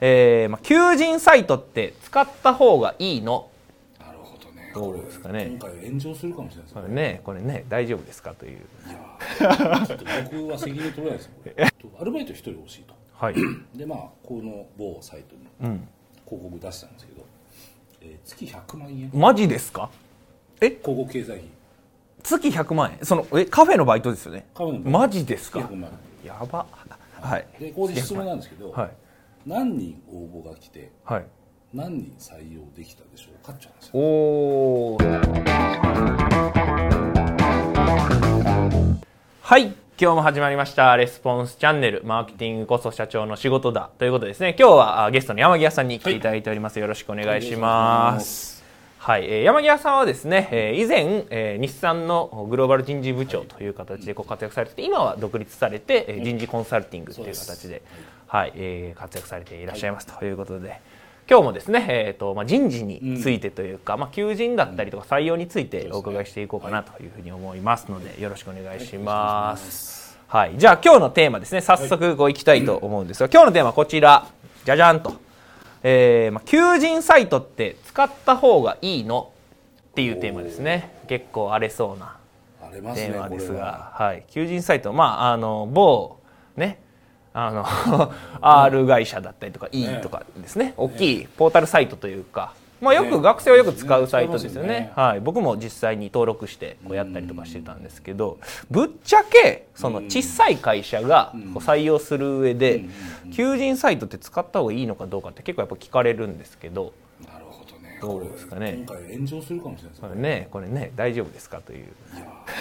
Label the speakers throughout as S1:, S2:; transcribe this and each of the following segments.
S1: えーまあ、求人サイトって使った方がいいの
S2: なるほどね
S1: どうですかね
S2: 今回炎上するかもしれないです
S1: こ
S2: ね
S1: れねこれね大丈夫ですかという
S2: いやーちょっと僕は責任取れないですよこれアルバイト一人欲しいと
S1: はい
S2: でまあこの某サイトに
S1: うん
S2: 広告出したんですけど、えー月100万円 広
S1: マジですか
S2: 告経済費
S1: 月100万円そのえカフェのバイトですよね
S2: カフェのバイト
S1: マジです
S2: 月
S1: か
S2: 100万
S1: やばはい
S2: 円でここで質問なんですけど、
S1: はい
S2: 何人応募が来て
S1: はい
S2: 何人採用できたでしょうかっていう話
S1: おーはい今日も始まりました「レスポンスチャンネルマーケティングこそ社長の仕事だ」ということですね今日はあゲストの山際さんに来ていただいております、よろしくお願いしますはい、えー山際さんはですね、えー以前、えー日産のグローバル人事部長という形でご活躍されてて今は独立されて、えー人事コンサルティングという形で、はいえー活躍されていらっしゃいますということで、今日もですね、えーとまあ、人事についてというか、まあ、求人だったりとか採用についてお伺いしていこうかなというふうに思いますのでよろしくお願いします。はい、じゃあ今日のテーマですね早速こういきたいと思うんです が、今日のテーマはこちらじゃじゃんと、えーまあ、求人サイトって使った方がいいのっていうテーマですね結構荒れそうな
S2: 荒れます
S1: テ
S2: ね
S1: ーマ
S2: こ
S1: で
S2: れ
S1: す
S2: は
S1: が、はい、求人サイト、まあ、あの某ねあの R 会社だったりとか E とかですね大きいポータルサイトというか、まあ、よく
S2: ね
S1: 学生はよく使うサイトですよね
S2: 使いますよね
S1: はい、僕も実際に登録してこうやったりとかしてたんですけどぶっちゃけその小さい会社がこう採用する上で求人サイトって使った方がいいのかどうかって結構やっぱ聞かれるんですけど。
S2: なるほどね
S1: どうですかね
S2: これ今回炎上するかもしれないです
S1: こ
S2: ね
S1: れね、これね、大丈夫ですかという。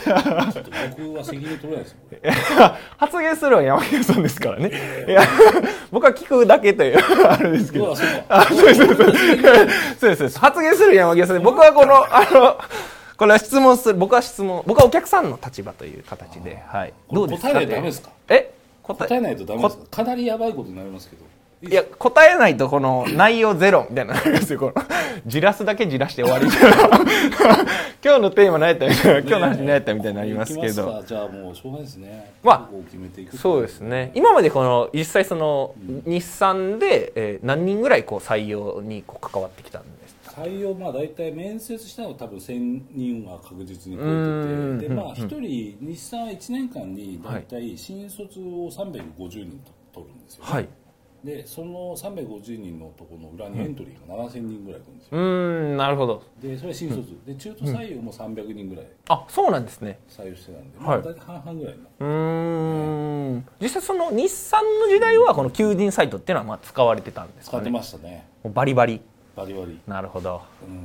S2: ちょっと僕は責任取れないですよこれ
S1: 発言するのは山際さんですからね。いや、僕は聞くだけという、あれですけ
S2: う
S1: ど。
S2: わそうか
S1: そうです、そうです。発言する山際さんで、僕はこの、あの、これは質問する、僕は質問、僕はお客さんの立場という形で、はい。
S2: これ
S1: どうですか
S2: 答えないとダメですか
S1: え答え
S2: 答えないとダメですかかなりやばいことになりますけどいい
S1: いや、答えないとこの内容ゼロみたいなのありますよ。この、じらすだけじらして終わりみたいな 今日のテーマ何やったみたいな、今日の話何やったみたいになりますけど。
S2: 行きかじゃあもうしょうがないですね
S1: まあ
S2: 覚悟を決めていく
S1: そうですね今までこの実際その日産で、えー何人ぐらいこう採用にこう関わってきたんですか
S2: 採用まあ大体面接したのは多分1000人は確実に超えててでまあ1人日産は1年間に大体新卒を350人と取るんですよね、
S1: はい
S2: でその350人のとこの裏にエントリーが7000人ぐらい来るんですよ
S1: うーんなるほど
S2: でそれは新卒で中途採用も300人ぐらい
S1: あそうなんですね
S2: 採用してたんで、
S1: はい
S2: まあ、大体半々ぐらいにな
S1: うーん実際その日産の時代はこの求人サイトっていうのはまあ使われてたんです
S2: 使
S1: か
S2: って
S1: ね
S2: ましたね
S1: もうバリバリ
S2: バリバリ
S1: なるほど
S2: うんも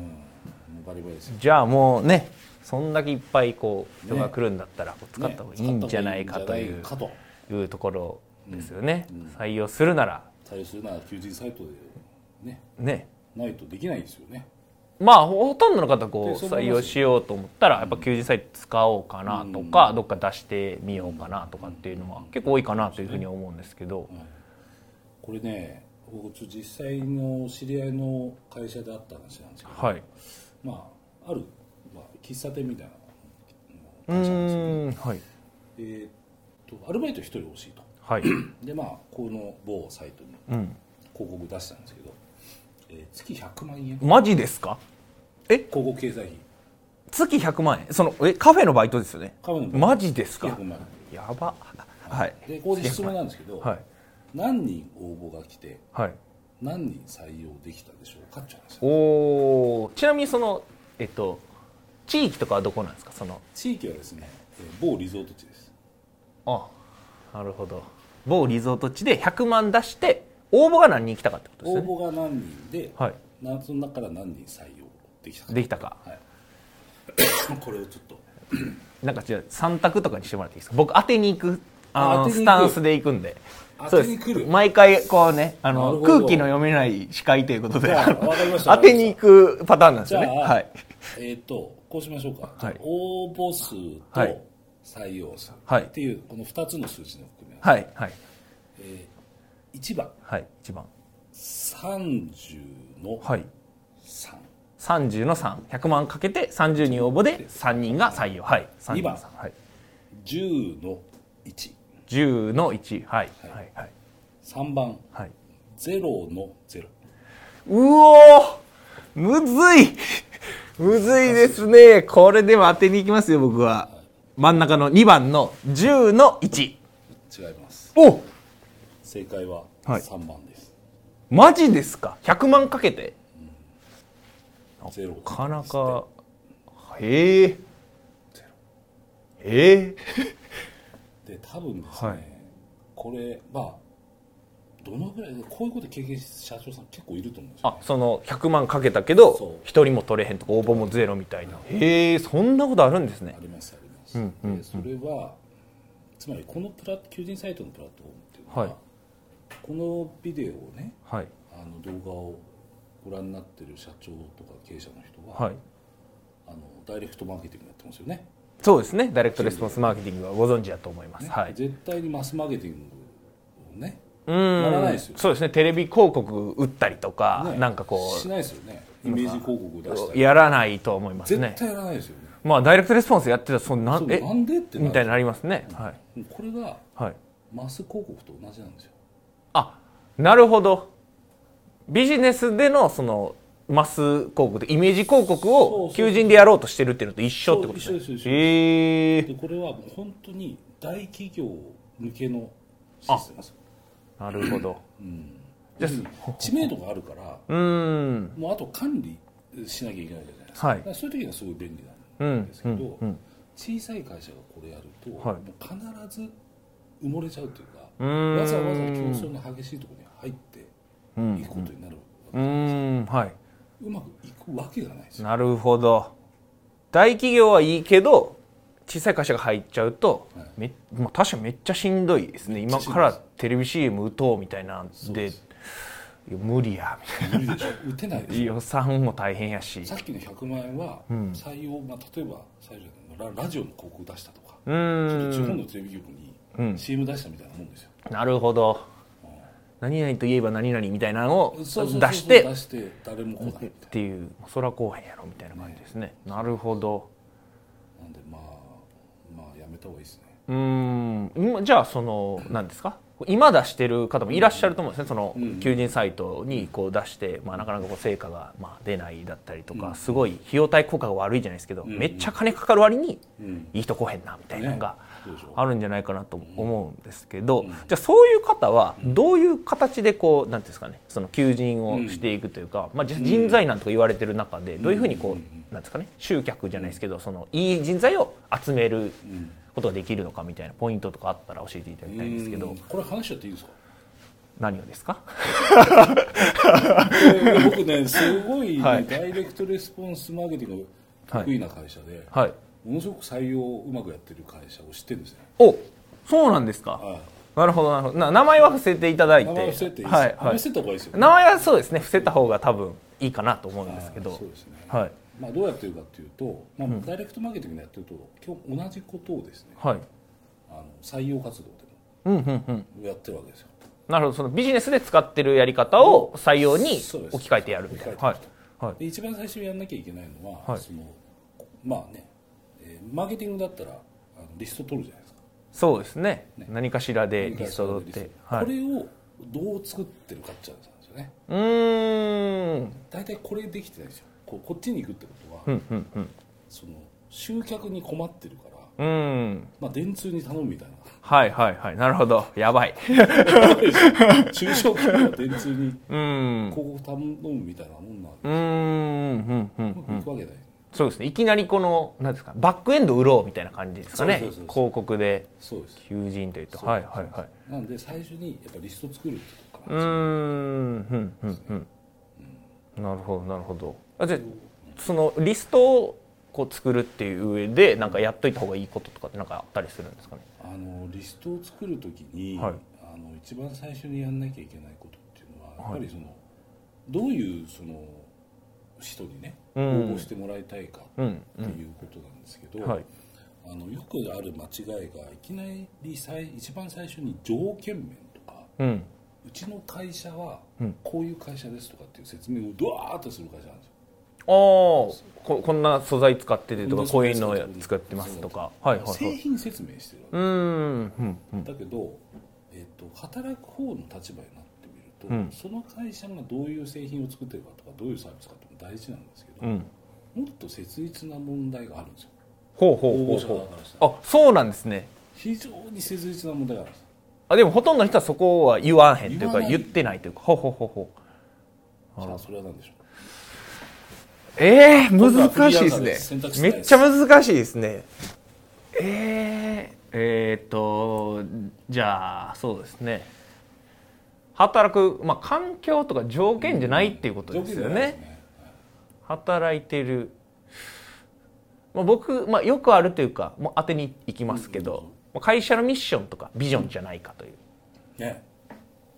S2: うバリバリですよ
S1: じゃあもうねそんだけいっぱいこう人が来るんだったらこう使った方がいいんじゃないかとい
S2: ね
S1: う,、
S2: 使った方がいいんじゃないか
S1: いうところですよね、採用するなら
S2: と採用するなら求人サイトでね
S1: ね
S2: ないとできないですよね
S1: まあほとんどの方こう
S2: でそう思い
S1: 採
S2: ます
S1: 用しようと思ったらやっぱ求人サイト使おうかなとかどっか出してみようかなとかっていうのは結構多いかなというふうに思うんですけど
S2: これね僕ちょっと実際の知り合いの会社であった話なんですけど、
S1: はい
S2: まあある、まあ、喫茶店みたいな
S1: うーんはい
S2: えーっとアルバイト一人欲しいと
S1: はい
S2: でまあこの某サイトに
S1: うん
S2: 広告出したんですけど、えー月100万円広
S1: マジですか
S2: 告経済費
S1: 月100万円そのえカフェのバイトですよね
S2: カフェのバイト
S1: マジです
S2: 月
S1: か
S2: 100万
S1: やばはい
S2: 円でここで質問なんですけど、
S1: はい
S2: 何人応募が来て
S1: はい
S2: 何人採用できたでしょうかって話
S1: おーちなみにそのえっと地域とかはどこなんですかその
S2: 地域はですね、えー某リゾート地です
S1: あなるほど某リゾート地で100万出して応募が何人来たかってことです
S2: 応
S1: よね
S2: 募が何人で、
S1: はい
S2: なその中から何人採用できたか
S1: できたか
S2: はい これをちょっと
S1: なんかじゃあ3択とかにしてもらっていいですか僕当てに行くあ
S2: あ
S1: の
S2: 当て
S1: ス
S2: に行く
S1: タンスで行くんで
S2: 当てに来る
S1: そうです毎回こうねあ
S2: なる
S1: の
S2: ほど
S1: 空気の読めない司会ということで
S2: じゃあ
S1: あの
S2: わかりました
S1: 当てに行くパターンなんです
S2: じゃ
S1: よ
S2: あ、
S1: ねはい
S2: えっ、とこうしましょうか、
S1: はい
S2: 応募数
S1: はい
S2: と採用数
S1: はい
S2: っていうこの2つの数字の含み合わ
S1: はいはい
S2: せ、えー、1番
S1: はい一番
S2: 30の
S1: はい
S2: 3、
S1: 30の3100万かけて30人応募で3人が採用はい3
S2: 二番
S1: はい、
S2: 10の1
S1: 10の1はいはいはい
S2: 3番
S1: はい
S2: ゼロのゼロ。
S1: うおーむずいむずいですね。これでも当てに行きますよ、僕は。真ん中の2番の10の1。
S2: 違います。
S1: お
S2: 正解は
S1: はい
S2: 3番です。
S1: マジですか ?100 万かけて
S2: ゼロ。
S1: なかなか。へえ。へえ。
S2: で、多分ですね、
S1: はい
S2: これ、まあ、どのぐらいで、こういうこと経験した社長さん結構いると思うんですよ。
S1: あその100万かけたけ
S2: そう
S1: ど一人も取れへんとか応募もゼロみたいなへえそんなことあるんですね
S2: ありますあります、でそれはつまりこのプラ求人サイトのプラットフォームっていうのは、
S1: はい
S2: このビデオをね
S1: はい
S2: あの動画をご覧になってる社長とか経営者の人が、
S1: はい
S2: あのダイレクトマーケティングやってますよね、
S1: そうですねダイレクトレスポンスマーケティングはご存知だと思います、
S2: ね
S1: はい
S2: 絶対にマスマーケティングをね
S1: うん
S2: ならないですよ
S1: そうですねテレビ広告打ったりとか、
S2: ね
S1: なんかこ
S2: しないですよねイメージ広告を出した
S1: う
S2: り
S1: やらないと思いますね
S2: 絶対やらないですよね
S1: まあダイレクトレスポンスやってたらそんな
S2: そう
S1: え
S2: なんでってなる
S1: みたいになりますねはい、
S2: もうこれが
S1: はい、
S2: マス広告と同じなんですよ
S1: あなるほどビジネスでのそのマス広告でイメージ広告
S2: そう
S1: を
S2: そう
S1: 求人でやろうとしてるっていうのと一緒ってことですね
S2: そう一緒です一緒です
S1: へえ
S2: でこれはもう本当に大企業向けのシステムですよ
S1: なるほど
S2: 要するに知名度があるから
S1: うーん
S2: もうあと管理しなきゃいけないじゃないですか,、
S1: はい
S2: そういう時にはすごい便利
S1: う
S2: なん
S1: ん
S2: です
S1: う
S2: けど、
S1: んうん
S2: 小さい会社がこれやると、
S1: はい
S2: もう必ず埋もれちゃうというか
S1: うーん
S2: わざわざ競争の激しいところに入っていくことになる、う
S1: うーんはい
S2: まくいくわけがないですよ、
S1: なるほど大企業はいいけど小さい会社が入っちゃうと、
S2: はい
S1: めまあ、確かにめっちゃしんどいですね
S2: めっち
S1: 今
S2: ゃしんどいです
S1: からテレビ CM 打とうみたいなん
S2: そう
S1: で
S2: で
S1: いや
S2: す
S1: 無理やみたい
S2: 無理でしょ打てないでし
S1: な予算も大変やし
S2: ょさっきの100万円は採用、まあ、例えば採用ララジオの広告出したとか
S1: う
S2: ちょっ
S1: ー
S2: と
S1: ん
S2: 地方のテレビ局に CM 出したみたいなもんですよ、
S1: なるほど何々といえば何々みたいなのを出
S2: そうそうそう
S1: して
S2: 出して誰も来ないみたい
S1: っていうそらこうへんやろみたいな感じですねなるほど
S2: ななんでまあまあやめた方がいいですね
S1: うーん今じゃあその何ですか今出してる方もいらっしゃると思うんですねその求人サイトにこう出して、まあ、なかなかこう成果がまあ出ないだったりとか、すごい費用対効果が悪いじゃないですけど、めっちゃ金かかる割に
S2: うん
S1: いいとこへんなみたいなのが
S2: そうでしょ
S1: あるんじゃないかなと思うんですけど、じゃあそういう方はどういう形でこうなんていうんですかねその求人をしていくというか、まあ、じゃ人材なんとか言われてる中でどういうふうにこうなんですかね集客じゃないですけどそのいい人材を集めることができるのかみたいなポイントとかあったら教えていただきたいんですけ
S2: う
S1: ど
S2: んこれ話しちゃっていいですか
S1: 何をですか
S2: えー僕ねすごい ね、
S1: はい
S2: ダイレクトレスポンスマーケティングが得意な会社で、
S1: はい
S2: ものすごく採用をうまくやってる会社を知ってるんですね
S1: おそうなんですか
S2: は
S1: なるほどなるほどな名前は伏せていただい
S2: い
S1: て
S2: 名前伏せていいですか、
S1: はい
S2: 名
S1: は
S2: 前
S1: い
S2: 伏せた方がいいですよね
S1: 名前はそうですね伏せた方が多分いいかなと思うんですけ
S2: は
S1: ど
S2: いそうですね、
S1: はい
S2: まあ、どうやってるかっていうと、まあ、ダイレクトマーケティングでやってると基本同じことをですね
S1: はい
S2: あの採用活動
S1: うんうんうん
S2: でもやってるわけですよ
S1: なるほどそのビジネスで使ってるやり方を採用に
S2: そうです
S1: 置き換えてやるみたいな
S2: 置き
S1: はい
S2: 換えて
S1: はい
S2: で一番最初にやんなきゃいけないのは、
S1: はい
S2: そのまあね、えーマーケティングだったらあのリスト取るじゃないですか
S1: そうですね何かしらでリストを取って
S2: リスト
S1: はい
S2: これをどう作ってるかって話なんですよね
S1: うーん
S2: 大体これできてないんですよここっちに行くってことは、
S1: うんうんうん
S2: その集客に困ってるから、
S1: うーん
S2: まあ、電通に頼むみたいな
S1: はいはいはいなるほどやばい
S2: 中小企業は電通に
S1: うーんう
S2: 広告頼むみたいなもんなん
S1: ー
S2: で
S1: んうんうん
S2: うまくいくわけない、
S1: そうですねいきなりこの何ですかバックエンド売ろうみたいな感じですかね
S2: そうそう
S1: 広
S2: そうそう
S1: 告で
S2: そうです
S1: 求人というとはいはいはい
S2: なんで最初にやっぱリスト作るってことか
S1: うー
S2: な、
S1: んうんうんうんなるほどなるほどあじゃあそのリストをこう作るっていう上でなんかやっといた方がいいこととかってなんかあったりするんですかね
S2: あのリストを作るときに、
S1: はい
S2: あの一番最初にやんなきゃいけないことっていうのはやっぱりその、どういうその人にね応
S1: ん
S2: 募してもらいたいかって
S1: うん
S2: いうことなんですけど、
S1: はい
S2: あのよくある間違いがいきなり最一番最初に条件面とか
S1: うん
S2: うちの会社はこういう会社ですとかっていう説明をドワーッとする会社なんですよ。
S1: ああここんな素材使っててとかこ
S2: こ
S1: うんい
S2: な
S1: うの
S2: 素材
S1: や作ってますとかはいはいは
S2: 製
S1: い
S2: 品説明してるわけ
S1: うーんうんうん
S2: だけど、えっと働く方の立場になってみると、
S1: うん
S2: その会社がどういう製品を作ってるかとかどういうサービスかっても大事なんですけど、
S1: うん
S2: もっと切実な問題があるんですよ
S1: ほうほうほ
S2: 応募
S1: う
S2: 者
S1: ほ
S2: 側
S1: う
S2: からしたら
S1: あそうなんですね
S2: 非常に切実な問題があるんです
S1: あでもほとんどの人はそこは言わへんという
S2: 言わ
S1: か
S2: ない
S1: 言ってないというかほうほうほうほうあ
S2: じゃあそれは何でしょう
S1: えー、
S2: 僕は
S1: 難しいです
S2: フリーランサーで
S1: ね
S2: す選択肢な
S1: め
S2: い
S1: っ
S2: で
S1: ちゃ
S2: す
S1: 難しいですねえー、えー、っとじゃあそうですね働く、まあ、環境とか条件じゃないっていうことですよ
S2: 条件じゃない
S1: ね働いてる、まあ、僕、まあ、よくあるというかもう当てに行きますけ
S2: うん
S1: ど、まあ会社のミッションとかビジョンじゃないかという、
S2: ね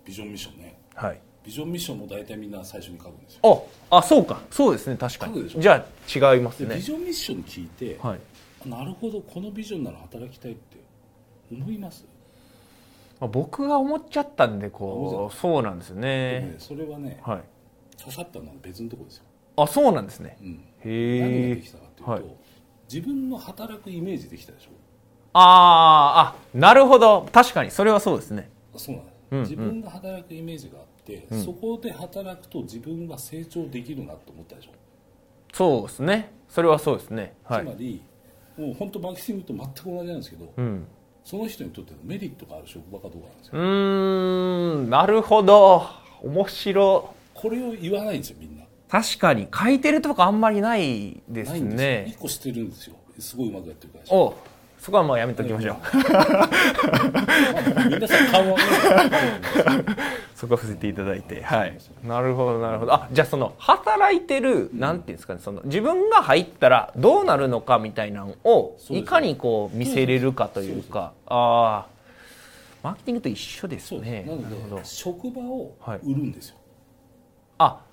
S2: ビジョンミッションね
S1: はい、
S2: ビジョンミッションも大体みんな最初に書くんですよ
S1: ああそうかそうですね確か
S2: そう
S1: に
S2: でしょ
S1: じゃあ違います
S2: でビ
S1: ね
S2: ジョンミッション聞いて、
S1: はい
S2: なるほどこのビジョンなら働きたいって思います、
S1: まあ、僕が思っちゃったんで
S2: 思
S1: こうそうなんですよ
S2: でも
S1: ね
S2: ね、それはね
S1: はい
S2: 刺さったのは別のところですよ、
S1: あそうなんですね
S2: うん何が
S1: へ
S2: で
S1: え
S2: きたかというと、
S1: はい
S2: 自分の働くイメージできたでしょ
S1: あーあなるほど確かにそれはそうですね
S2: そうなんで
S1: うん
S2: す、
S1: うん
S2: 自分が働くイメージがあって、
S1: ん
S2: そこで働くと自分は成長できるなと思ったでしょ、
S1: そうですねそれはそうですねは
S2: つま
S1: い
S2: りもう本当マーケティングと全く同じなんですけど、
S1: うん
S2: その人にとってのメリットがある職場かどうかなんですよ
S1: うーんなるほど面白
S2: これを言わないんですよみんな
S1: 確かに書いてるとかあんまりないです
S2: ないんですよ、
S1: ね
S2: 1個してるんですよすごいうまくやってる会社
S1: おそこはもうやめときましょう
S2: みんなさ緩和
S1: そこは伏せていただいて、はい、なるほどなるほどあじゃあその働いてる、なんていうんですかねその自分が入ったらどうなるのかみたいなのを
S2: そうですね
S1: いかにこう見せれるかというかああマーケティングと一緒です
S2: そう
S1: ね
S2: なの
S1: るほど
S2: で職場を売るんですよ、
S1: あ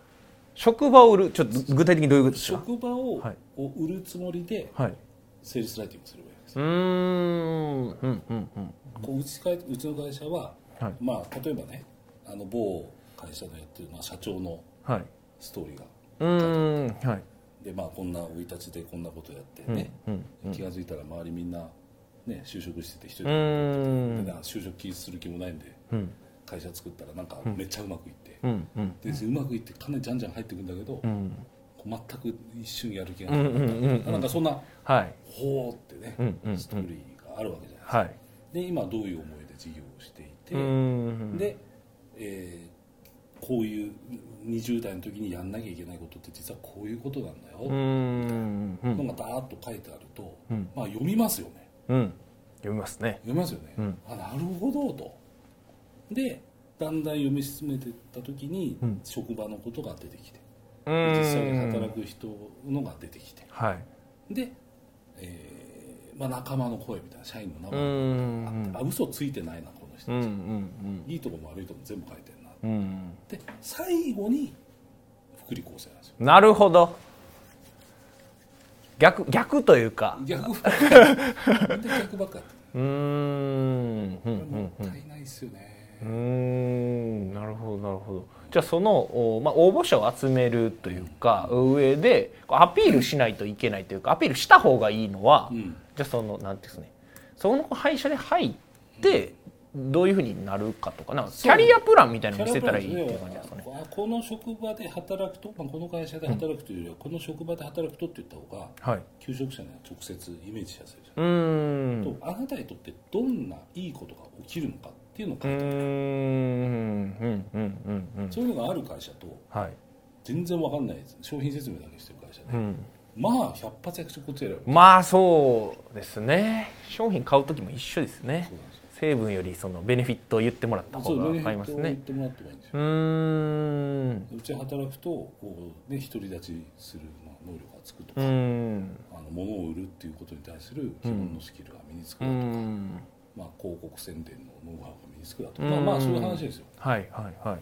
S1: 職場を売るちょっと具体的にどういうことですか
S2: 職場を,、
S1: はい
S2: を売るつもりで
S1: はいう
S2: セールスライティングすればいいんです
S1: ーんうんうんうん
S2: こううちかいうちの会社は、
S1: はい
S2: まあ、例えばねあの某会社のやってる、まあ、社長の
S1: はい
S2: ストーリーが
S1: うーんはい
S2: で、まあ、こんな生い立ちでこんなことやってね、
S1: うん
S2: 気が付いたら周りみんな、ね、就職してて一人
S1: う
S2: で,、
S1: ーん
S2: で就職する気もないんで
S1: うん
S2: 会社作ったらなんかめっちゃうまくいって、
S1: うんうん
S2: でうまくいってかなりじゃんじゃん入ってくんだけど、
S1: うん
S2: こう全く一瞬やる気が
S1: う
S2: ない、
S1: んうんうん
S2: なんかそんな
S1: はい
S2: ほーってね、
S1: うんうんうん
S2: ストーリーがあるわけじゃないですか、
S1: はい
S2: で今どういう思いで事業をしていて、
S1: うーん
S2: で、えーこういう20代の時にやんなきゃいけないことって実はこういうことなんだよ、
S1: うーんうん
S2: のがダーッと書いてあると、
S1: うん
S2: まあ読みますよね
S1: うん、読みますね。
S2: 読みますよね、
S1: うん
S2: あなるほどとでだんだん読み進めていった時に、
S1: うん
S2: 職場のことが出てきて
S1: う
S2: 実
S1: ーん
S2: 際に働く人のが出てきて
S1: はい。
S2: で、えーまあ、仲間の声みたいな社員の
S1: う
S2: 仲
S1: ー
S2: 間の
S1: ん
S2: 声があって、あ嘘ついてないなこの人
S1: うんう
S2: たち、
S1: ん
S2: いいとこも悪いとこも全部書いてるな
S1: うんうん。
S2: で最後に福利厚生なんですよ
S1: なるほど。逆逆というか。
S2: 逆ばっかりで逆ばっかり
S1: うーんう
S2: これも
S1: ん
S2: ったいないですよね、
S1: うん。うーんなるほどなるほどじゃあその、おまあ、応募者を集めるというか上でこうアピールしないといけないというかアピールした方がいいのは、
S2: うん
S1: じゃあそのなんていうんですかねその歯医者で入ってどういうふうになるかとかなんかキャリアプランみたいなの見せたらいいっていう感じなんですかね。
S2: あこの職場で働くと、まあ、この会社で働くというよりは、この職場で働くとって言った方が
S1: はい
S2: 求職者には直接イメージしやすいじゃ
S1: うーん
S2: ん、
S1: う
S2: とあなたにとってどんないいことが起きるのかっていうのを書い
S1: ー
S2: てあ
S1: ん
S2: る、
S1: うんうんうんうん
S2: そういうのがある会社と
S1: はい
S2: 全然わかんないです商品説明だけしてる会社
S1: う
S2: で、
S1: ん
S2: まあ百発百中こっち選ぶ
S1: まあそうですね商品買う時も一緒ですね
S2: そうなんですよ
S1: 成分よりそのベネフィットを言ってもらった
S2: そ
S1: 方
S2: う
S1: が
S2: メリ
S1: 買い
S2: ッ
S1: ます
S2: トを言っ
S1: ね
S2: てもらってもいいんです
S1: う
S2: よ
S1: ーん
S2: うちで働くとこう、ね、独り立ちする、まあ、能力がつくと
S1: う
S2: か、
S1: ーん
S2: あの物を売るっていうことに対する基本のスキルが身につく
S1: う
S2: だ
S1: ー
S2: とか、
S1: ん
S2: まあ、広告宣伝のノウハウが身につくだとか、
S1: うん
S2: まあ、まあそういう話ですよ、
S1: はいはいはいはい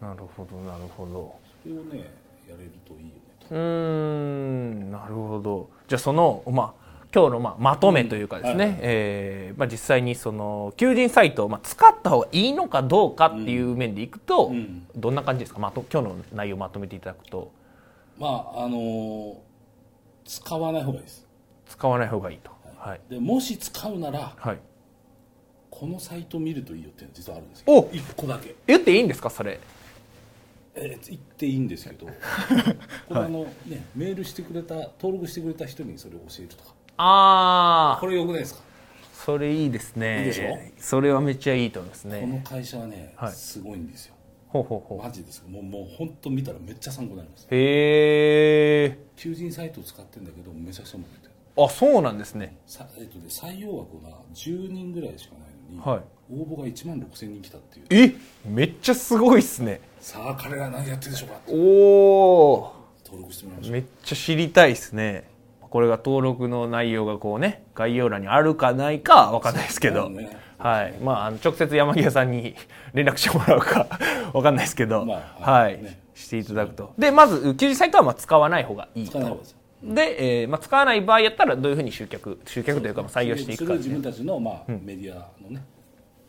S1: なるほどなるほど
S2: それをねやれるといいよねと
S1: うーんなるほどじゃあそのまあ今日のまあまとめというかですね、
S2: うんはい
S1: えーまあ、実際にその求人サイトをまあ使った方がいいのかどうかっていう面でいくと、
S2: うん
S1: どんな感じですか、まと今日の内容をまとめていただくと
S2: まああのー使わない方がいいです、
S1: 使わない方がいいと。はい
S2: でもし使うなら
S1: はい、
S2: 広このサイト見るといいよっていうのは実はあるんですけ
S1: お
S2: ど一個だけ
S1: 言っていいんですかそれ
S2: えー言っていいんです けどこれあの、ね、メールしてくれた登録してくれた人にそれを教えるとか
S1: あ
S2: これよくないですか
S1: あそれいいですね
S2: いいでしょ
S1: それはめっちゃいいと思います
S2: この
S1: ね
S2: 会社はね、
S1: はい
S2: すごいんですよ
S1: ほうほうほう
S2: マジですもうもう本当見たらめっちゃ参考になります
S1: へえ
S2: 求人サイトを使ってるんだけどめちゃくちゃうまくいってる
S1: あそうなんですね
S2: さ、えっとね、採用枠が10人ぐらいしかないのに、
S1: はい
S2: 応募が1万6000人来たっていう
S1: えめっちゃすごいっすね
S2: さあ彼ら何やってるでしょうか
S1: おお
S2: 登録してみましょう
S1: めっちゃ知りたいっすねこれが登録の内容がこうね概要欄にあるかないかは分かんないですけど、
S2: そうね
S1: はいまああの直接山際さんに 連絡してもらうか 分かんないですけど、
S2: まあ
S1: はい、
S2: ね
S1: していただくとでまず求人サイトはまあ使わない方がいい
S2: 使
S1: と
S2: わない方がいいですよ
S1: で、えーまあ、使わない場合やったらどういうふうに集客集客というかまあ採用していくか、
S2: それを自
S1: ね
S2: 分たちの、まあメディアのね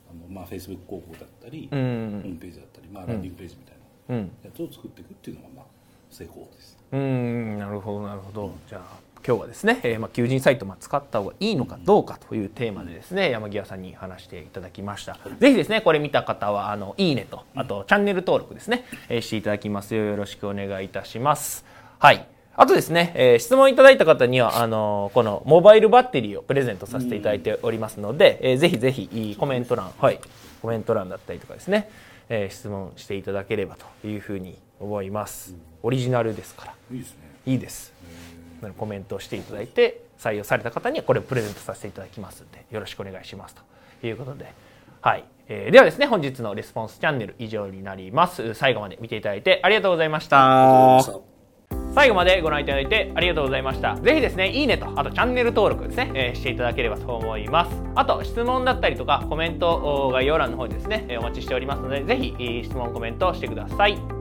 S2: あの、まあ、Facebook 広告だったり、
S1: うん
S2: ホームページだったり、まあ、ランディングページみたいな
S1: うん
S2: やつを作っていくっていうのが、まあ、成功です
S1: うんなるほどなるほどじゃあ今日はですね、えーまあ、求人サイト、まあ、使った方がいいのかどうかというテーマでですね、山際さんに話していただきました、ぜひですねこれ見た方はあのいいねとあとチャンネル登録ですね、えーしていただきますようよろしくお願いいたしますはいあとですね、えー質問いただいた方にはあのこのモバイルバッテリーをプレゼントさせていただいておりますので、えーぜひぜひいいコメント欄はいコメント欄だったりとかですね、えー質問していただければというふうに思いますオリジナルですから
S2: いいですね
S1: いいです。なのでコメントをしていただいて採用された方にはこれをプレゼントさせていただきますのでよろしくお願いしますということで、はいえーではですね本日のレスポンスチャンネル以上になります最後まで見ていただいてありがとうございました
S2: さあ
S1: 最後までご覧いただいてありがとうございましたぜひですねいいねとあとチャンネル登録ですね、えーしていただければと思いますあと質問だったりとかコメントお概要欄の方にですねえーお待ちしておりますのでぜひえー質問コメントしてください